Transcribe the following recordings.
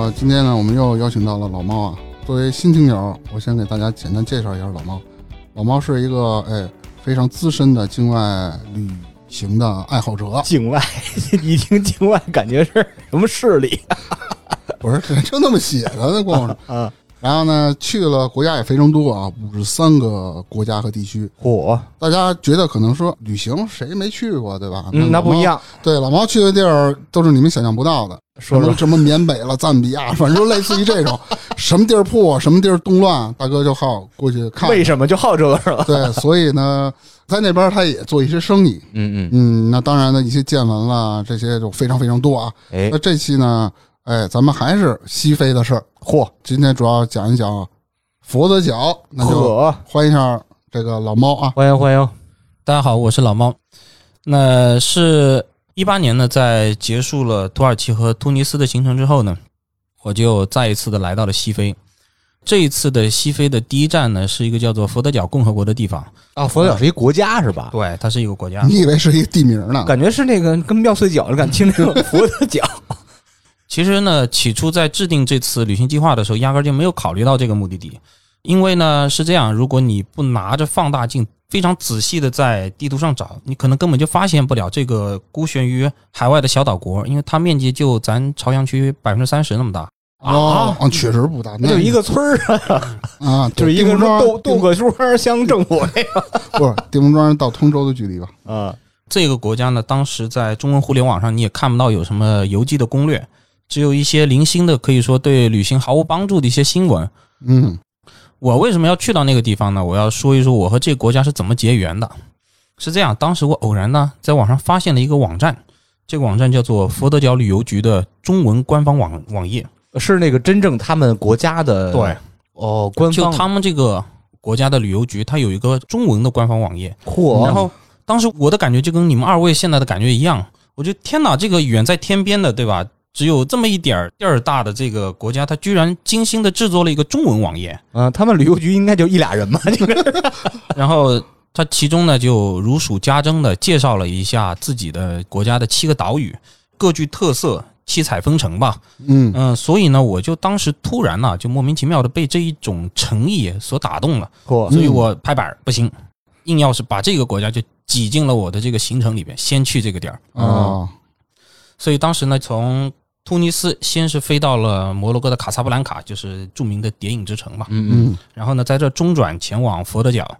呃今天呢，我们又邀请到了老猫啊。作为新听友，我先给大家简单介绍一下老猫。老猫是一个哎非常资深的境外旅行的爱好 者。境外，一听境外感觉是什么势力我说这就那么写的，那光是。 啊？然后呢，去了国家也非常多啊，五十三个国家和地区。火，大家觉得可能说旅行谁没去过，对吧？嗯，那老猫不一。样。对，老猫去的地儿都是你们想象不到的，说什说么什么缅北了、赞比亚， 反正就类似于这种，什么地儿破，什么地儿动乱，大哥就好过去看。为什么就好这个是吧？对，所以呢，在那边他也做一些生意。嗯嗯，嗯，那当然呢，一些见闻啦，这些就非常非常多啊。哎那，这期呢，哎，咱们还是西非的事儿。嚯，今天主要讲一讲佛得角，那就可欢迎一下这个老猫啊。欢迎欢迎。大家好，我是老猫。那是一八年呢，在结束了土耳其和突尼斯的行程之后呢，我就再一次的来到了西非。这一次的西非的第一站呢，是一个叫做佛得角共和国的地方。啊，佛教是一国家是吧？对，它是一个国啊家。你以为是一个地名呢？感觉是那个跟妙碎角似的，听那种佛的角。其实呢，起初在制定这次旅行计划的时候，压根儿就没有考虑到这个目的地，因为呢是这样，如果你不拿着放大镜非常仔细的在地图上找，你可能根本就发现不了这个孤悬于海外的小岛国，因为它面积就咱朝阳区百分之三十那么大。哦，嗯确实不大， 那就一个村儿啊，那啊，就是一个丁什公么庄豆豆丁各庄乡政 府那 不是丁公庄到通州的距离吧？个啊，这个国家呢，当时在中文互联网上你也看不到有什么游记的攻略，只有一些零星的可以说对旅行毫无帮助的一些新闻。嗯，我为什么要去到那个地方呢？我要说一说我和这个国家是怎么结缘的。是这样，当时我偶然呢在网上发现了一个网站，这个网站叫做佛得角旅游局的中文官方网网页，是那个真正他们国家的对哦，官就方他们这个国家的旅游局，它有一个中文的官方网页。嚯，然后当时我的感觉就跟你们二位现在的感觉一样，我觉得天哪，这个远在天边的，对吧？只有这么一点儿地儿大的这个国家，它居然精心的制作了一个中文网页，啊，他们旅游局应该就一俩人 吧，这个然后它其中呢就如数家珍的介绍了一下自己的国家的七个岛屿，各具特色，七彩纷呈吧。嗯嗯、所以呢，我就当时突然呢、就莫名其妙的被这一种诚意所打动了，嚯所以我拍板儿不行，硬要是把这个国家就挤进了我的这个行程里边，先去这个地儿。啊，所以当时呢，从突尼斯先是飞到了摩洛哥的卡萨布兰卡，就是著名的谍影之城嘛。嗯嗯然后呢，在这中转前往佛得角。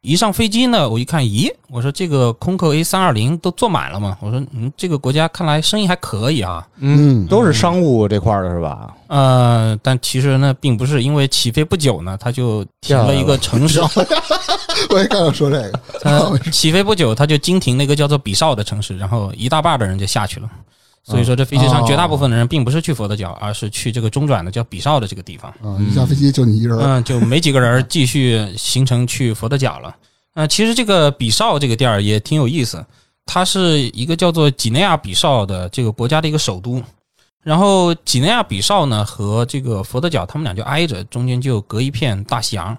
一上飞机呢，我一看，咦，我说这个空客 A 三二零都坐满了嘛？我说，嗯，这个国家看来生意还可以啊。嗯都是商务这块儿的是吧？呃，但其实呢，并不是，因为起飞不久呢，它就停了一个城市， 我也刚想说这个，它起飞不久，它就经停那个叫做比绍的城市，然后一大半的人就下去了。所以说，这飞机上绝大部分的人并不是去佛得角，而是去这个中转的叫比绍的这个地方。啊，一下飞机就你一人儿，嗯，就没几个人继续行程去佛得角了。嗯、其实这个比绍这个地儿也挺有意思，它是一个叫做几内亚比绍的这个国家的一个首都。然后几内亚比绍呢和这个佛得角，他们俩就挨着，中间就隔一片大西洋，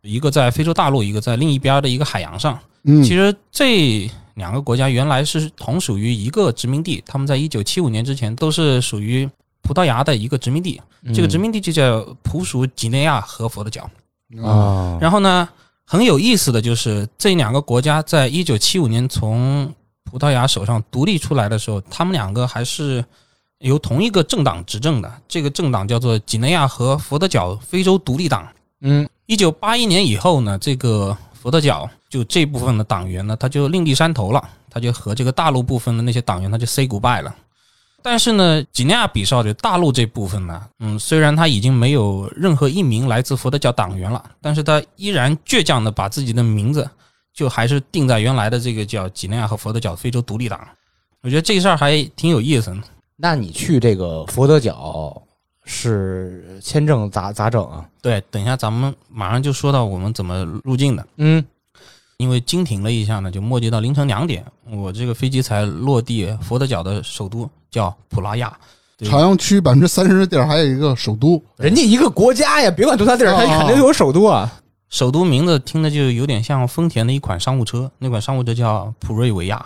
一个在非洲大陆，一个在另一边的一个海洋上。嗯，其实这两个国家原来是同属于一个殖民地，他们在一九七五年之前都是属于葡萄牙的一个殖民地。嗯这个殖民地就叫葡属几内亚和佛得角。啊，啊，然后呢，很有意思的就是这两个国家在一九七五年从葡萄牙手上独立出来的时候，他们两个还是由同一个政党执政的，这个政党叫做几内亚和佛得角非洲独立党。嗯，一九八一年以后呢，这个佛得角就这部分的党员呢，他就另立山头了，他就和这个大陆部分的那些党员他就 say goodbye 了。但是呢，几内亚比绍的大陆这部分呢，嗯，虽然他已经没有任何一名来自佛得角党员了，但是他依然倔强的把自己的名字就还是定在原来的这个叫几内亚和佛得角非洲独立党。我觉得这事儿还挺有意思的。那你去这个佛得角是签证咋咋整啊？对，等一下咱们马上就说到我们怎么入境的。嗯，因为经停了一下呢，就墨迹到凌晨两点，我这个飞机才落地佛得角的首都叫普拉亚。对朝阳区百分之三十的地儿还有一个首都，人家一个国家呀，别管多大地儿，哦他肯定有首都啊。首都名字听着就有点像丰田的一款商务车，那款商务车叫普瑞维亚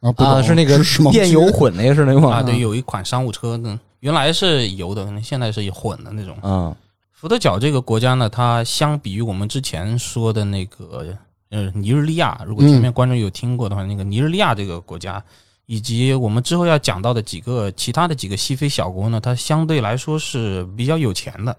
啊，不啊，懂是那个是吗电油混那个是那个吗？啊，对，有一款商务车呢，原来是油的，可能现在是混的那种。嗯，伏特角这个国家呢，它相比于我们之前说的那个呃尼日利亚，如果前面观众有听过的话，那个尼日利亚这个国家，以及我们之后要讲到的几个其他的几个西非小国呢，它相对来说是比较有钱的，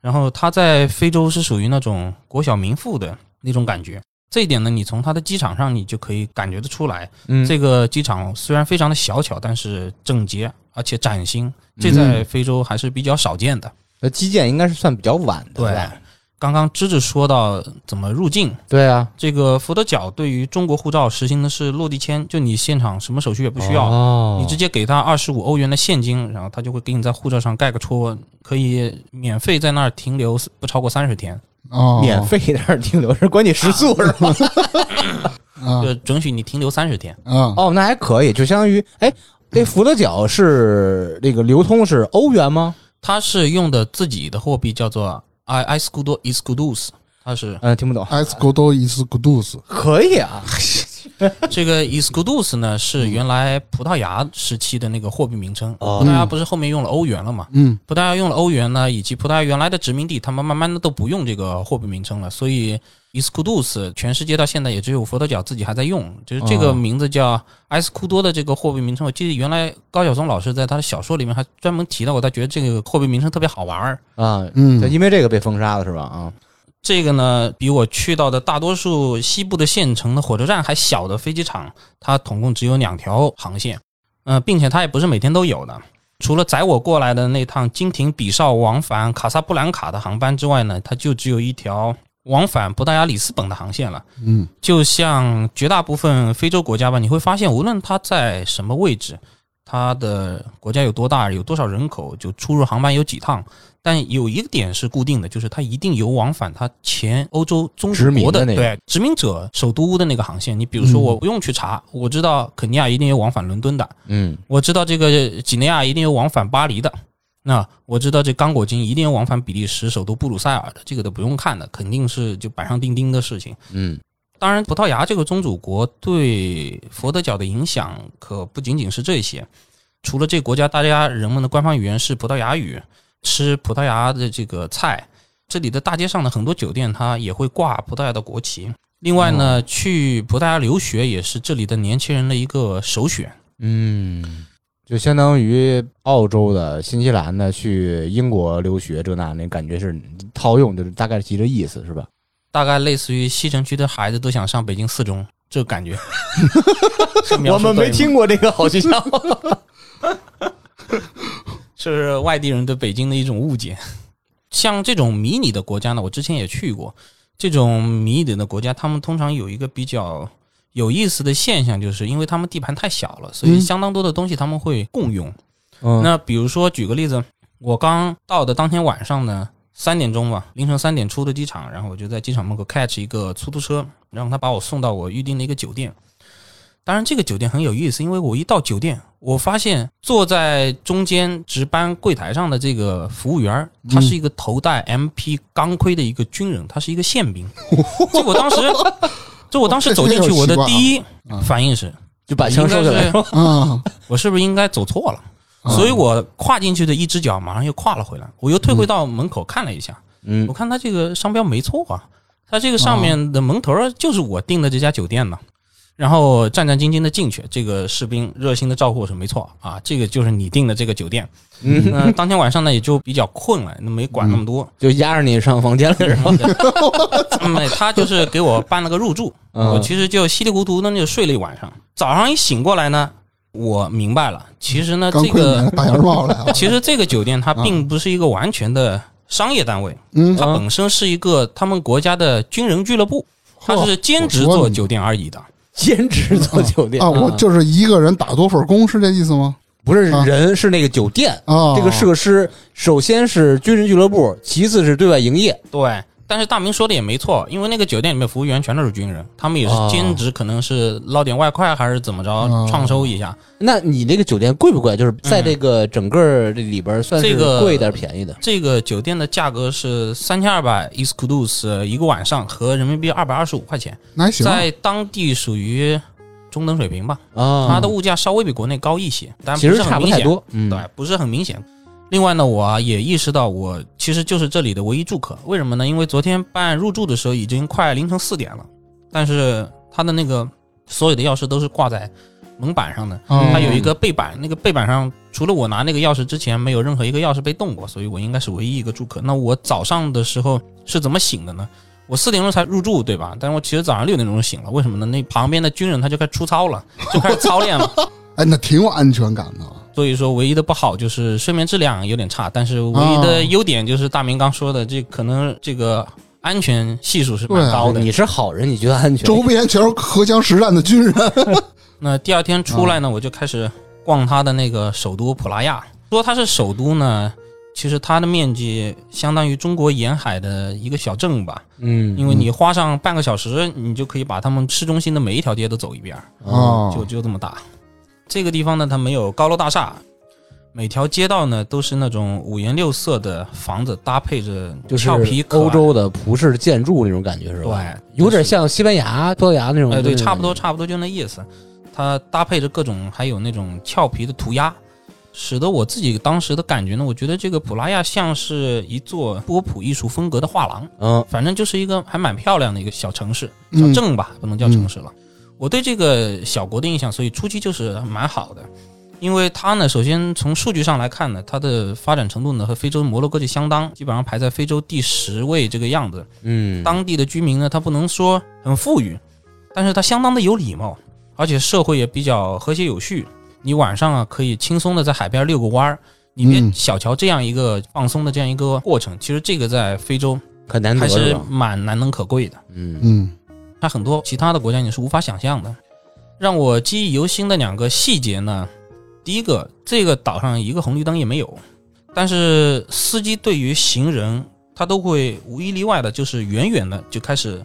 然后它在非洲是属于那种国小民富的那种感觉。这一点呢，你从它的机场上你就可以感觉得出来。嗯这个机场虽然非常的小巧，但是整洁而且崭新，这在非洲还是比较少见的。呃基建应该是算比较晚的，对吧？刚刚芝芝说到怎么入境，对啊，这个福德角对于中国护照实行的是落地签，就你现场什么手续也不需要，哦你直接给他二十五欧元的现金，然后他就会给你在护照上盖个戳，可以免费在那儿停留不超过三十天，啊，免费在那儿停留是管你食宿是吧？啊就准许你停留三十天。啊， 哦，那还可以，就相当于哎，这福特角是那个流通是欧元吗？他是用的自己的货币叫做 i i scudo i scudos，它是嗯，听不懂。埃斯古多伊斯古杜斯可以啊，这个 i scudos 呢是原来葡萄牙时期的那个货币名称，哦葡萄牙不是后面用了欧元了嘛？嗯，葡萄牙用了欧元呢，以及葡萄牙原来的殖民地，他们慢慢的都不用这个货币名称了，所以 i s c u d u s 全世界到现在也只有佛得角自己还在用，就是这个哦名字叫埃斯库多的这个货币名称。我记得原来高晓松老师在他的小说里面还专门提到过，他觉得这个货币名称特别好玩儿。啊，嗯对因为这个被封杀了是吧？啊，这个呢，比我去到的大多数西部的县城的火车站还小的飞机场，它总共只有两条航线，嗯、并且它也不是每天都有的。除了载我过来的那趟经停比绍往返卡萨布兰卡的航班之外呢，它就只有一条往返葡萄牙里斯本的航线了。嗯就像绝大部分非洲国家吧，你会发现，无论它在什么位置，它的国家有多大，有多少人口，就出入航班有几趟。但有一个点是固定的，就是它一定有往返它前欧洲宗主殖民国的那个对殖民者首都的那个航线。你比如说，我不用去查，我知道肯尼亚一定有往返伦敦的，嗯，我知道这个几内亚一定有往返巴黎的，那我知道这刚果金一定有往返比利时首都布鲁塞尔的，这个都不用看的，肯定是就板上钉钉的事情。嗯，当然，葡萄牙这个宗主国对佛得角的影响可不仅仅是这些。除了这国家，大家人们的官方语言是葡萄牙语，吃葡萄牙的这个菜。这里的大街上的很多酒店，它也会挂葡萄牙的国旗。另外呢，去葡萄牙留学也是这里的年轻人的一个首选。嗯，就相当于澳洲的、新西兰的去英国留学，这那那感觉是套用，就是大概其这意思是吧？大概类似于西城区的孩子都想上北京四中，这 感觉。是描我述对吗们没听过这个好学校，是不是外地人对北京的一种误解？像这种迷你的国家呢，我之前也去过。这种迷你的国家，他们通常有一个比较有意思的现象，就是因为他们地盘太小了，所以嗯相当多的东西他们会共用。嗯，那比如说，举个例子，我刚到的当天晚上呢，三点钟吧，凌晨三点出的机场，然后我就在机场门口 catch 一个出租车，让他把我送到我预定的一个酒店。当然，这个酒店很有意思，因为我一到酒店，我发现坐在中间值班柜台上的这个服务员儿，他是一个头戴 MP 钢盔的一个军人，他是一个宪兵。这我当时，这我当时走进去，我的第一反应是，就把应枪收该起来是是吧。啊，我是不是应该走错了？嗯所以我跨进去的一只脚马上又跨了回来，我又退回到门口看了一下，嗯我看它这个商标没错啊，它这个上面的门头儿就是我订的这家酒店呢。然后战战兢兢的进去，这个士兵热心的照顾我是没错啊，这个就是你订的这个酒店。嗯，那当天晚上呢也就比较困了，那没管那么多。就压着你上房间了是吧？那么哎他就是给我办了个入住， 嗯我其实就稀里糊涂的就睡了一晚上。早上一醒过来呢，我明白了，其实呢钢这盔个免大檐帽来了， 其实这个酒店它并不是一个完全的商业单位，嗯，它本身是一个他们国家的军人俱乐部，它是兼职做酒店而已的。兼职做酒店啊嗯啊啊，我就是一个人打多份工，是这意思吗？不是啊人，是那个酒店。哦，这个设施首先是军人俱乐部，其次是对外营业。对，但是大明说的也没错，因为那个酒店里面服务员全都是军人，他们也是兼职，可能是捞点外快还是怎么哦着，创收一下。那你那个酒店贵不贵？就是在这个整个这里边算是嗯这个贵的、便宜的。这个酒店的价格是三千二百伊斯库杜斯一个晚上，合人民币二百二十五块钱，那还行啊，在当地属于中等水平吧。啊，它的物价稍微比国内高一些，但其不实是差很不明太显。多，嗯，对，不是很明显。另外呢，我啊也意识到我其实就是这里的唯一住客。为什么呢？因为昨天办入住的时候已经快凌晨四点了，但是他的那个所有的钥匙都是挂在门板上的，哦它有一个背板，那个背板上除了我拿那个钥匙之前，没有任何一个钥匙被动过，所以我应该是唯一一个住客。那我早上的时候是怎么醒的呢？我四点钟才入住，对吧？但我其实早上六点钟就醒了，为什么呢？那旁边的军人他就开始出操了，就开始操练了。哎，那挺有安全感的了所以说，唯一的不好就是睡眠质量有点差，但是唯一的优点就是大明刚说的，这可能这个安全系数是蛮高的。你是好人，你觉得安全？周边全是荷枪实弹的军人，那第二天出来呢，我就开始逛它的那个首都普拉亚。说它是首都呢，其实它的面积相当于中国沿海的一个小镇吧，嗯，因为你花上半个小时，你就可以把他们市中心的每一条街都走一遍儿。嗯啊哦就就这么大。这个地方呢，它没有高楼大厦，每条街道呢都是那种五颜六色的房子，搭配着就是俏皮可爱欧洲的葡式建筑那种感觉是吧？对，有点像西班牙、葡萄牙那种。哎，对，那种差不多，差不多就那意思。它搭配着各种，还有那种俏皮的涂鸦，使得我自己当时的感觉呢，我觉得这个普拉亚像是一座波普艺术风格的画廊，嗯，反正就是一个还蛮漂亮的一个小城市。小嗯，镇吧，不能叫城市了。我对这个小国的印象，所以初期就是蛮好的，因为它呢，首先从数据上来看呢，它的发展程度呢和非洲摩洛哥就相当，基本上排在非洲第十位这个样子。嗯，当地的居民呢，他不能说很富裕，但是他相当的有礼貌，而且社会也比较和谐有序。你晚上啊，可以轻松的在海边遛个弯儿，你别嗯小瞧这样一个放松的这样一个过程。其实这个在非洲很难还得是吧蛮难能可贵的。嗯嗯它很多其他的国家你是无法想象的。让我记忆犹新的两个细节呢，第一个，这个岛上一个红绿灯也没有，但是司机对于行人，他都会无一例外的，就是远远的就开始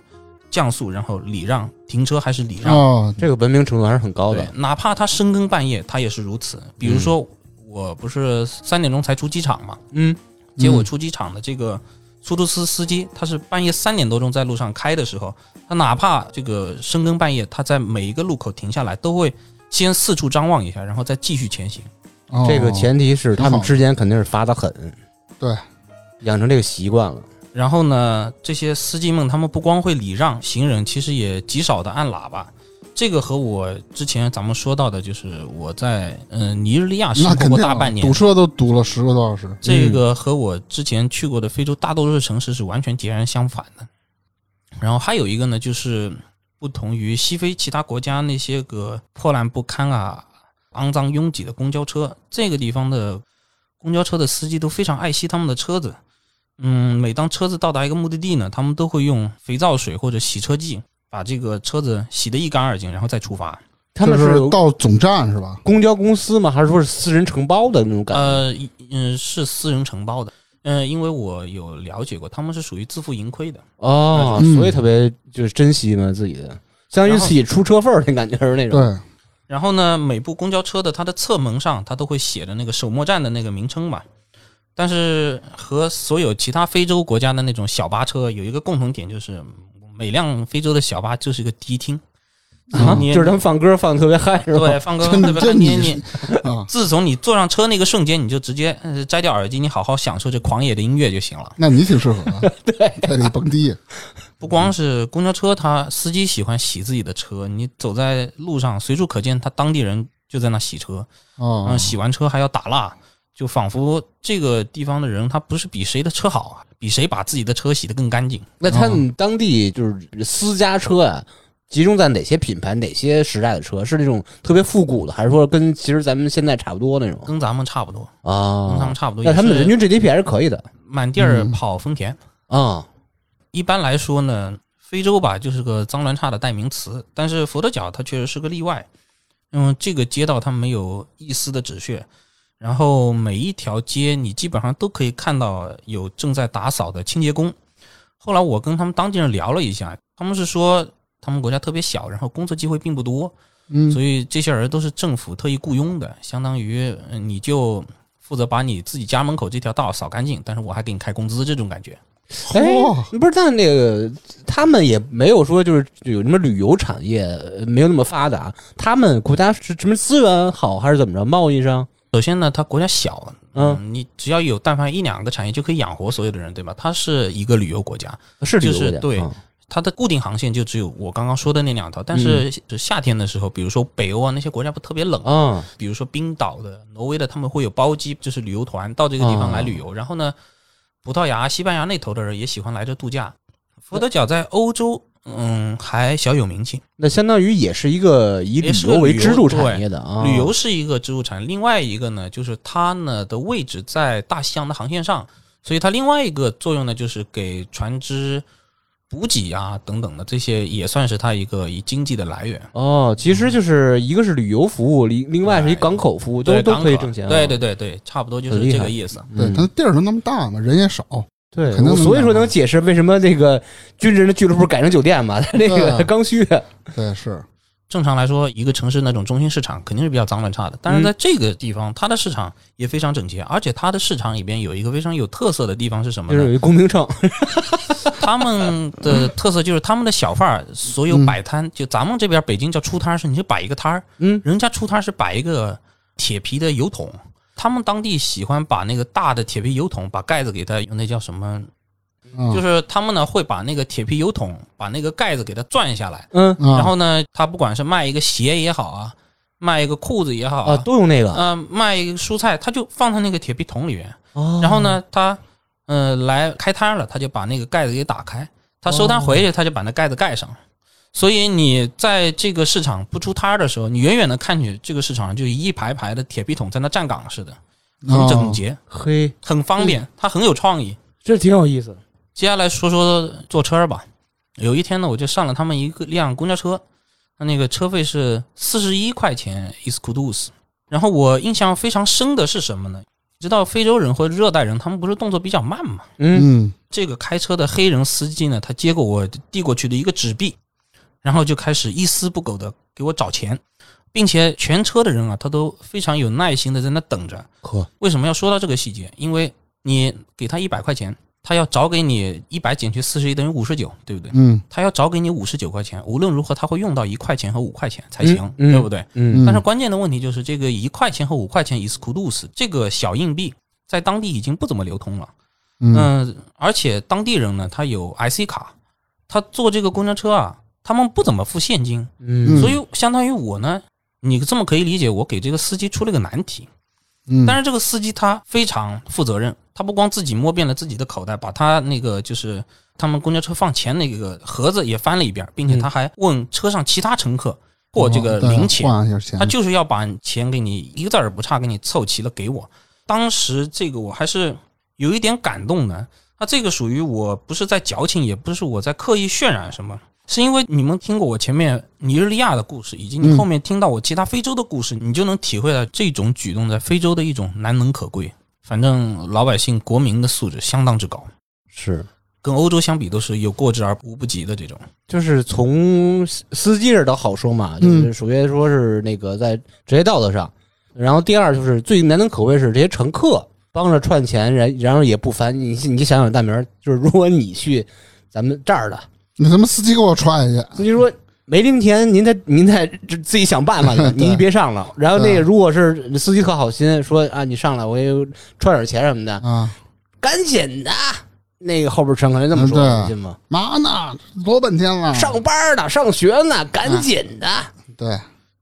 降速，然后礼让停车还是礼让，哦，这个文明程度还是很高对的。，哪怕他深更半夜，他也是如此。比如说，我不是三点钟才出机场嘛，嗯，结果嗯嗯出机场的这个出租车司机，他是半夜三点多钟在路上开的时候，他哪怕这个深更半夜，他在每一个路口停下来，都会先四处张望一下，然后再继续前行。哦这个前提是挺他好们之间肯定是发的很，对，养成这个习惯了。然后呢，这些司机们他们不光会礼让行人，其实也极少的按喇叭。这个和我之前咱们说到的，就是我在嗯、呃尼日利亚生那活肯过定大啊半年堵，车都堵了十个多小时，这个和我之前去过的非洲大多数城市是完全截然相反的。然后还有一个呢，就是不同于西非其他国家那些个破烂不堪啊、肮脏拥挤的公交车，这个地方的公交车的司机都非常爱惜他们的车子。嗯，每当车子到达一个目的地呢，他们都会用肥皂水或者洗车剂把这个车子洗得一干二净，然后再出发。他们就是有到总站是吧？公交公司吗？还是说是私人承包的那种感觉？呃，一嗯、是私人承包的。嗯、因为我有了解过，他们是属于自负盈亏的。哦，嗯所以特别就是珍惜嘛自己的，相当于然后自己出车缝儿那感觉是那种。对，然后呢，每部公交车的它的侧门上，它都会写着那个首末站的那个名称嘛。但是和所有其他非洲国家的那种小巴车有一个共同点，就是每辆非洲的小巴就是一个 迪厅，啊，你就是他们放歌放的特别嗨，是吧？对，放歌哦真对吧？真你你你啊，自从你坐上车那个瞬间，你就直接呃摘掉耳机，你好好享受这狂野的音乐就行了。那你挺适合 的，对，在里蹦迪，不光是公交车，它司机喜欢洗自己的车，你走在路上随处可见，他当地人就在那洗车。然哦后，啊洗完车还要打蜡，就仿佛这个地方的人他不是比谁的车好啊，比谁把自己的车洗得更干净。那他们当地就是私家车啊，集中在哪些品牌、哪些时代的车？是那种特别复古的，还是说跟其实咱们现在差不多那种跟咱们差不多，跟啊咱们？差不多。那他们的人嗯均均 GDP 还是可以的满地儿跑丰田。啊。一般来说呢，非洲吧就是个脏乱差的代名词，但是佛得角它确实是个例外。因为这个街道它没有一丝的止血，然后每一条街你基本上都可以看到有正在打扫的清洁工。后来我跟他们当地人聊了一下，他们是说他们国家特别小，然后工作机会并不多，嗯所以这些人都是政府特意雇佣的，相当于呃你就负责把你自己家门口这条道扫干净，但是我还给你开工资这种感觉。哎嗯嚯，不是，但那个他们也没有说就是有什么旅游产业呃没有那么发达，他们国家是什么资源好还是怎么着？贸易上，首先呢，它国家小，嗯，你只要有但凡一两个产业就可以养活所有的人，对吧？它是一个旅游国家，是旅游就是国家对啊它的固定航线就只有我刚刚说的那两条。但是就夏天的时候，比如说北欧啊那些国家不特别冷，啊，比如说冰岛的、挪威的，他们会有包机，就是旅游团到这个地方来旅游。然后呢，葡萄牙、西班牙那头的人也喜欢来这度假。佛得角在欧洲，嗯，还小有名气。那相当于也是一个以旅也是个游为旅游支柱产业的啊，旅游是一个支柱产业，另外一个呢，就是它呢的位置在大西洋的航线上，所以它另外一个作用呢，就是给船只补给啊等等的，这些也算是它一个以经济的来源。哦，其实就是一个是旅游服务，另另外是一港口服务，都对都港可以口挣钱啊，对对对对，差不多就是很厉这害个意思。对，嗯它地儿都那么大嘛，人也少，对，肯定我能所以说养能解释为什么这个军人的俱乐部改成酒店嘛， 他这对啊个刚需对，是正常来说，一个城市那种中心市场肯定是比较脏乱差的，嗯但是在这个地方，它的市场也非常整齐，而且它的市场里边有一个非常有特色的地方是什么就呢是？有一公平秤，他们的特色就是他们的小贩儿，所嗯有摆摊，就咱们这边北京叫出摊儿，是你就摆一个摊儿，嗯，人家出摊儿是摆一个铁皮的油桶，他们当地喜欢把那个大的铁皮油桶把盖子给它，那叫什么？嗯就是他们呢会把那个铁皮油桶把那个盖子给它转下来，嗯啊然后呢，他不管是卖一个鞋也好啊，卖一个裤子也好啊，都用那个，呃，卖一个蔬菜，他就放在那个铁皮桶里面。哦然后呢，他呃来开摊了，他就把那个盖子给打开，他收摊回去，他就把那盖子盖上。所以你在这个市场不出摊儿的时候，你远远的看去，这个市场上就一排排的铁皮桶在那站岗似的，很哦啊整洁，嘿，很方便，它很有创意。这挺有意思的，接下来说说坐车吧。有一天呢，我就上了他们一个辆公交车，他那个车费是四十一块钱 i s k u d u s 然后我印象非常深的是什么呢？你知道非洲人或者热带人，他们不是动作比较慢吗？嗯，嗯这个开车的黑人司机呢，他接过我递过去的一个纸币，然后就开始一丝不苟的给我找钱，并且全车的人啊，他都非常有耐心的在那等着。呵，为什么要说到这个细节？因为你给他一百块钱，他要找给你一百减去四十一等于五十九，对不对？嗯他要找给你五十九块钱，无论如何他会用到一块钱和五块钱才行，嗯嗯对不对？嗯，但是关键的问题就是，这个一块钱和五块钱 i s k u d u s 这个小硬币在当地已经不怎么流通了。嗯嗯，而且当地人呢，他有 IC 卡，他坐这个公交车啊，他们不怎么付现金，嗯，所以相当于我呢，你这么可以理解，我给这个司机出了个难题。嗯，但是这个司机他非常负责任，他不光自己摸遍了自己的口袋，把他那个就是他们公交车放钱那个盒子也翻了一遍，并且他还问车上其他乘客或这个嗯哦对零钱，换一下钱他，就是要把钱给你一个字儿不差给你凑齐了给我。当时这个我还是有一点感动的。那这个属于我不是在矫情，也不是我在刻意渲染什么，是因为你们听过我前面尼日利亚的故事，以及你嗯后面听到我其他非洲的故事，你就能体会到这种举动在非洲的一种难能可贵。反正老百姓国民的素质相当之高，是跟欧洲相比都是有过之而无不及的这种。就是从司司机这儿倒好说嘛，嗯就是首先说是那个在职业道德上，然后第二就是最难能可贵是这些乘客帮着串钱，然然后也不烦你，你就想想大明儿，就是如果你去咱们这儿的，你他妈司机给我踹下去，，司机说。没零钱，您再您再这自己想办法去 您别上了。然后那对个，如果是司机特好心，说啊，你上来我给你串点钱什么的，啊，赶紧的。那个后边乘客人这么嗯说，对嗯你信吗？嘛呢？多半天了，上班呢，上学呢，赶紧的。对，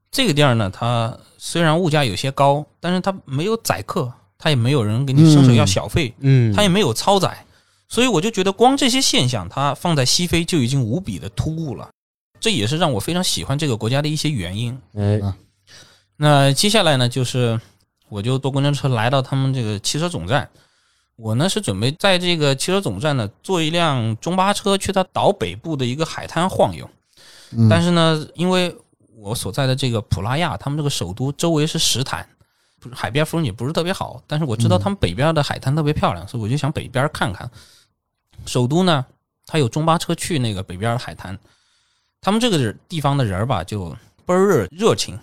这个地儿呢，它虽然物价有些高，但是它没有宰客，它也没有人给你伸手要小费，嗯它也没有超载，所以我就觉得光这些现象，它放在西非就已经无比的突兀了。这也是让我非常喜欢这个国家的一些原因。哎那接下来呢，就是我就坐公交车来到他们这个汽车总站。我呢是准备在这个汽车总站呢坐一辆中巴车去它岛北部的一个海滩晃悠，嗯但是呢，因为我所在的这个普拉亚，他们这个首都周围是石滩，不是海边风景不是特别好，但是我知道他们北边的海滩特别漂亮，所以我就想北边看看。首都呢，它有中巴车去那个北边的海滩，他们这个人地方的人儿吧，就倍儿热热情，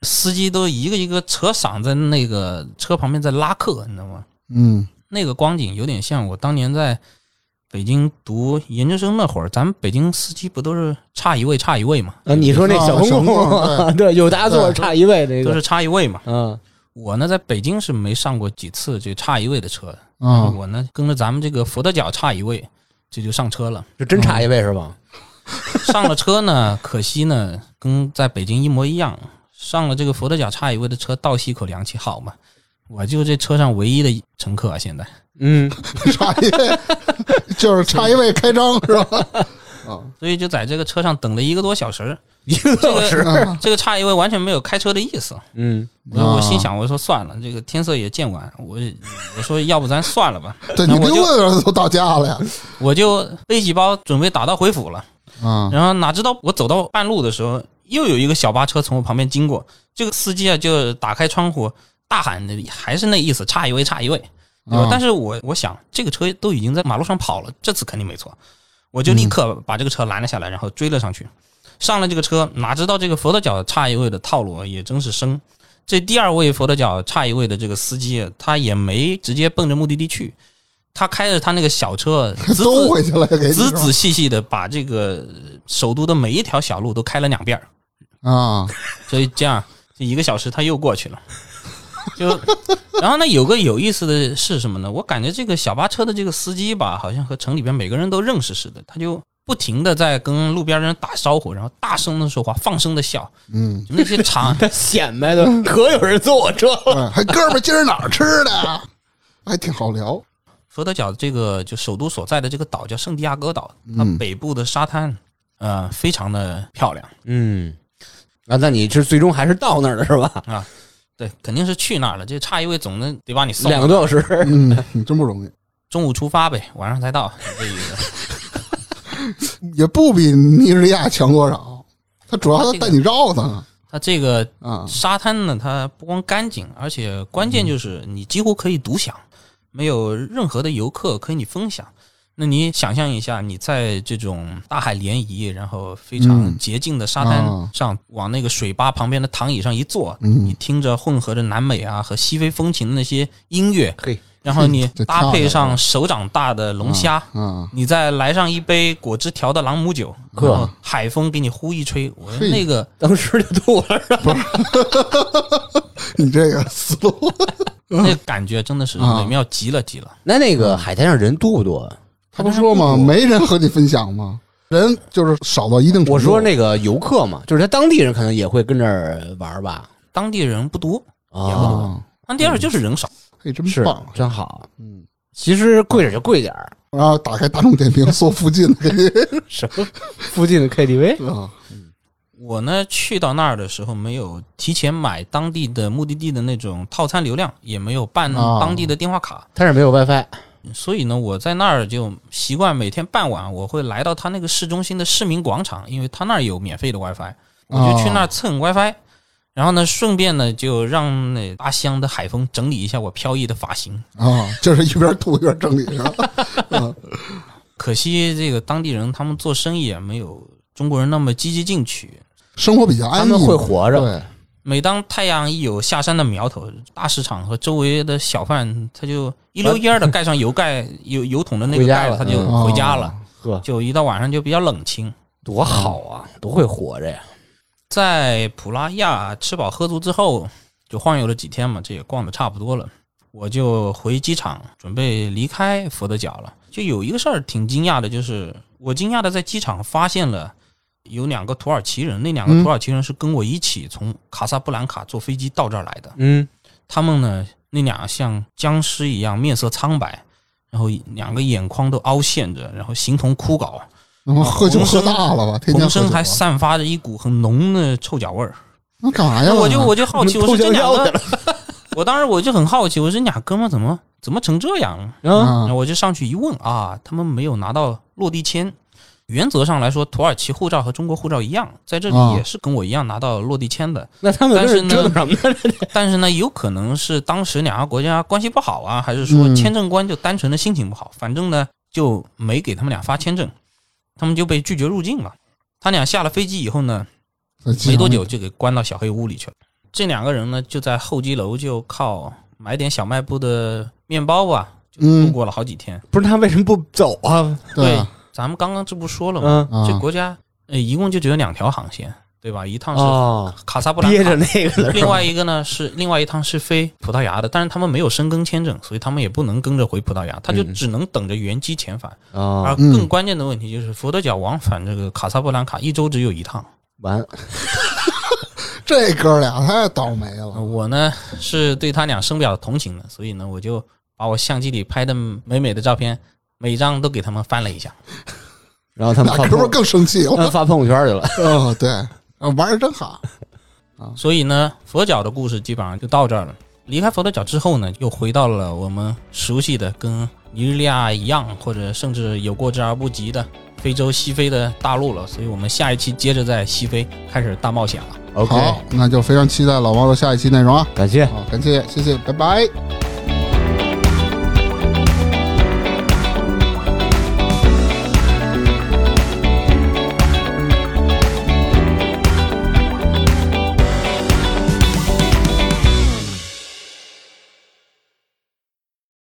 司机都一个一个扯嗓子，那个车旁边在拉客，你知道吗？嗯那个光景有点像我当年在北京读研究生那会儿，咱们北京司机不都是差一位差一位嘛，啊，你说那啊小公嗯小公共，共对，有大座差一位这都个，是差一位嘛。嗯我呢在北京是没上过几次这差一位的车，啊，我呢跟着咱们这个佛得角差一位，这就上车了。就真差一位是吧？上了车呢，可惜呢跟在北京一模一样，上了这个佛得角差一位的车，倒吸一口凉气，好嘛。我就这车上唯一的乘客啊，现在嗯，差一位 就是差一位开张是吧？啊，所以就在这个车上等了一个多小时，一个多小时，啊这个差一位完全没有开车的意思。嗯，我啊我心想，我说算了，这个天色也渐晚，我我说要不咱算了吧，对你溜达着都到家了呀？我就背起包准备打道回府了。啊，然后哪知道我走到半路的时候，又有一个小巴车从我旁边经过，这个司机啊就打开窗户大喊的，还是那意思，差一位，差一位，对吧？啊但是我我想这个车都已经在马路上跑了，这次肯定没错，我就立刻把这个车拦了下来，然后追了上去。上了这个车，哪知道这个佛得角差一位的套路啊也真是深。这第二位佛得角差一位的这个司机啊，他也没直接奔着目的地去，他开着他那个小车，子 子都回去了，哎给你仔是吧仔细细的把这个首都的每一条小路都开了两遍儿，啊，所以这样这一个小时他又过去了。就，然后呢，有个有意思的是什么呢？我感觉这个小巴车的这个司机吧，好像和城里边每个人都认识似的，他就不停的在跟路边人打招呼，然后大声的说话，放声的笑，嗯，就那些 场他显摆的，可有人坐我车了。对，还哥们儿今儿哪儿吃的呀？还挺好聊，佛得角这个就首都所在的这个岛叫圣地亚哥岛，它嗯北部的沙滩，呃，非常的漂亮。嗯，啊，那你是最终还是到那儿了是吧？对，肯定是去那儿了。这差一位总的得把你送两了个多小时， 嗯，你真不容易，中午出发呗，晚上才到，这意 思。嗯也不比尼日利亚强多少。他主要他带你绕呢它这个啊，沙滩呢，它不光干净，而且关嗯键就是你几乎可以独享，没有任何的游客可以你分享。那你想象一下，你在这种大海涟漪，然后非常嗯洁净的沙滩啊上，往那个水吧旁边的躺椅上一坐，嗯你听着混合着南美啊和西非风情的那些音乐，嘿，然 后你这搭跳配的上手掌大的龙虾，啊，嗯你再来上一杯果汁调的朗姆酒，呵然后海风给你呼一吹，我嘿那个当时就吐了。你这个思路，那个感觉真的是嗯啊美妙极了，极了。 那那个海滩上人多不啊多？他不说吗？没人和你分享吗？人就是少到一定程度。我说那个游客嘛，就是他当地人可能也会跟这儿玩儿吧。当地人不多，啊，啊，那第二就是人少，嘿，真是棒！真好。嗯，其实贵点儿就贵点儿，然后打开大众点评搜附近 的给你什么附近的 KTV 啊，我呢去到那儿的时候没有提前买当地的目的地的那种套餐流量，也没有办啊当地的电话卡，但是没有 WiFi。所以呢我在那儿就习惯每天傍晚我会来到他那个市中心的市民广场，因为他那儿有免费的 WiFi，我就去哦那儿蹭 WiFi。然后呢，顺便呢，就让那阿香的海风整理一下我飘逸的发型。啊，就是一边吐一边整理是吧？可惜这个当地人他们做生意也没有中国人那么积极进取。生活比较安逸他嘛，们会活着对，每当太阳一有下山的苗头，大市场和周围的小贩他就一溜烟儿的盖上油盖、油油桶的那个回家盖，了哦他就嗯回家了，呵，就一到晚上就比较冷清。多好啊，多会活着呀！在普拉亚吃饱喝足之后，就晃悠了几天嘛，这也逛的差不多了，我就回机场准备离开佛得角了。就有一个事儿挺惊讶的，就是我惊讶的在机场发现了有两个土耳其人，那两个嗯土耳其人是跟我一起从卡萨布兰卡坐飞机到这儿来的。嗯，他们呢，那俩像僵尸一样面色苍白，然后两个眼眶都凹陷着，然后形同枯槁，那么喝酒浑身喝大了吧？天天浑喝酒身还啊散发着一股很浓的臭脚味儿。那干哎啥呀？我就我就好奇，我偷说这香两蕉去个， 我当时我就很好奇，我说这俩哥们儿怎么怎么成这样？啊，然啊后我就上去一问啊，他们没有拿到落地签，原则上来说，土耳其护照和中国护照一样，在这里啊也是跟我一样拿到落地签的。那他们但这是折腾什么呢？但是呢，有可能是当时两个国家关系不好啊，还是说嗯签证官就单纯的心情不好，反正呢就没给他们俩发签证，他们就被拒绝入境了。他俩下了飞机以后呢，在机场没多久就给关到小黑屋里去了。这两个人呢，就在候机楼就靠买点小卖部的面包吧，就嗯度过了好几天。 不是他为什么不走啊？对啊咱们刚刚这不说了吗？嗯，啊这国家呃一共就只有两条航线，对吧？一趟是哦，卡萨布兰憋卡，着那个另外一个呢是另外一趟是飞葡萄牙的，但是他们没有申根签证，所以他们也不能跟着回葡萄牙，他就嗯只能等着原机遣返。而啊，更关键的问题就是，佛得角往返这个卡萨布兰卡一周只有一趟。完这哥俩太倒霉呃 了，我呢是对他俩深表同情的，所以呢我就把我相机里拍的美美的照片，每张都给他们翻了一下。然后他们那发哥们儿朋更生气他了嗯们。发朋友圈去了。 哦，对，啊玩的真好。所以呢，佛脚的故事基本上就到这儿了。离开佛得角之后呢，又回到了我们熟悉的跟尼日利亚一样，或者甚至有过之而不及的非洲西非的大陆了。所以我们下一期接着在西非开始大冒险了。好，那就非常期待老猫的下一期内容啊！感谢。好，感谢，谢谢，拜拜。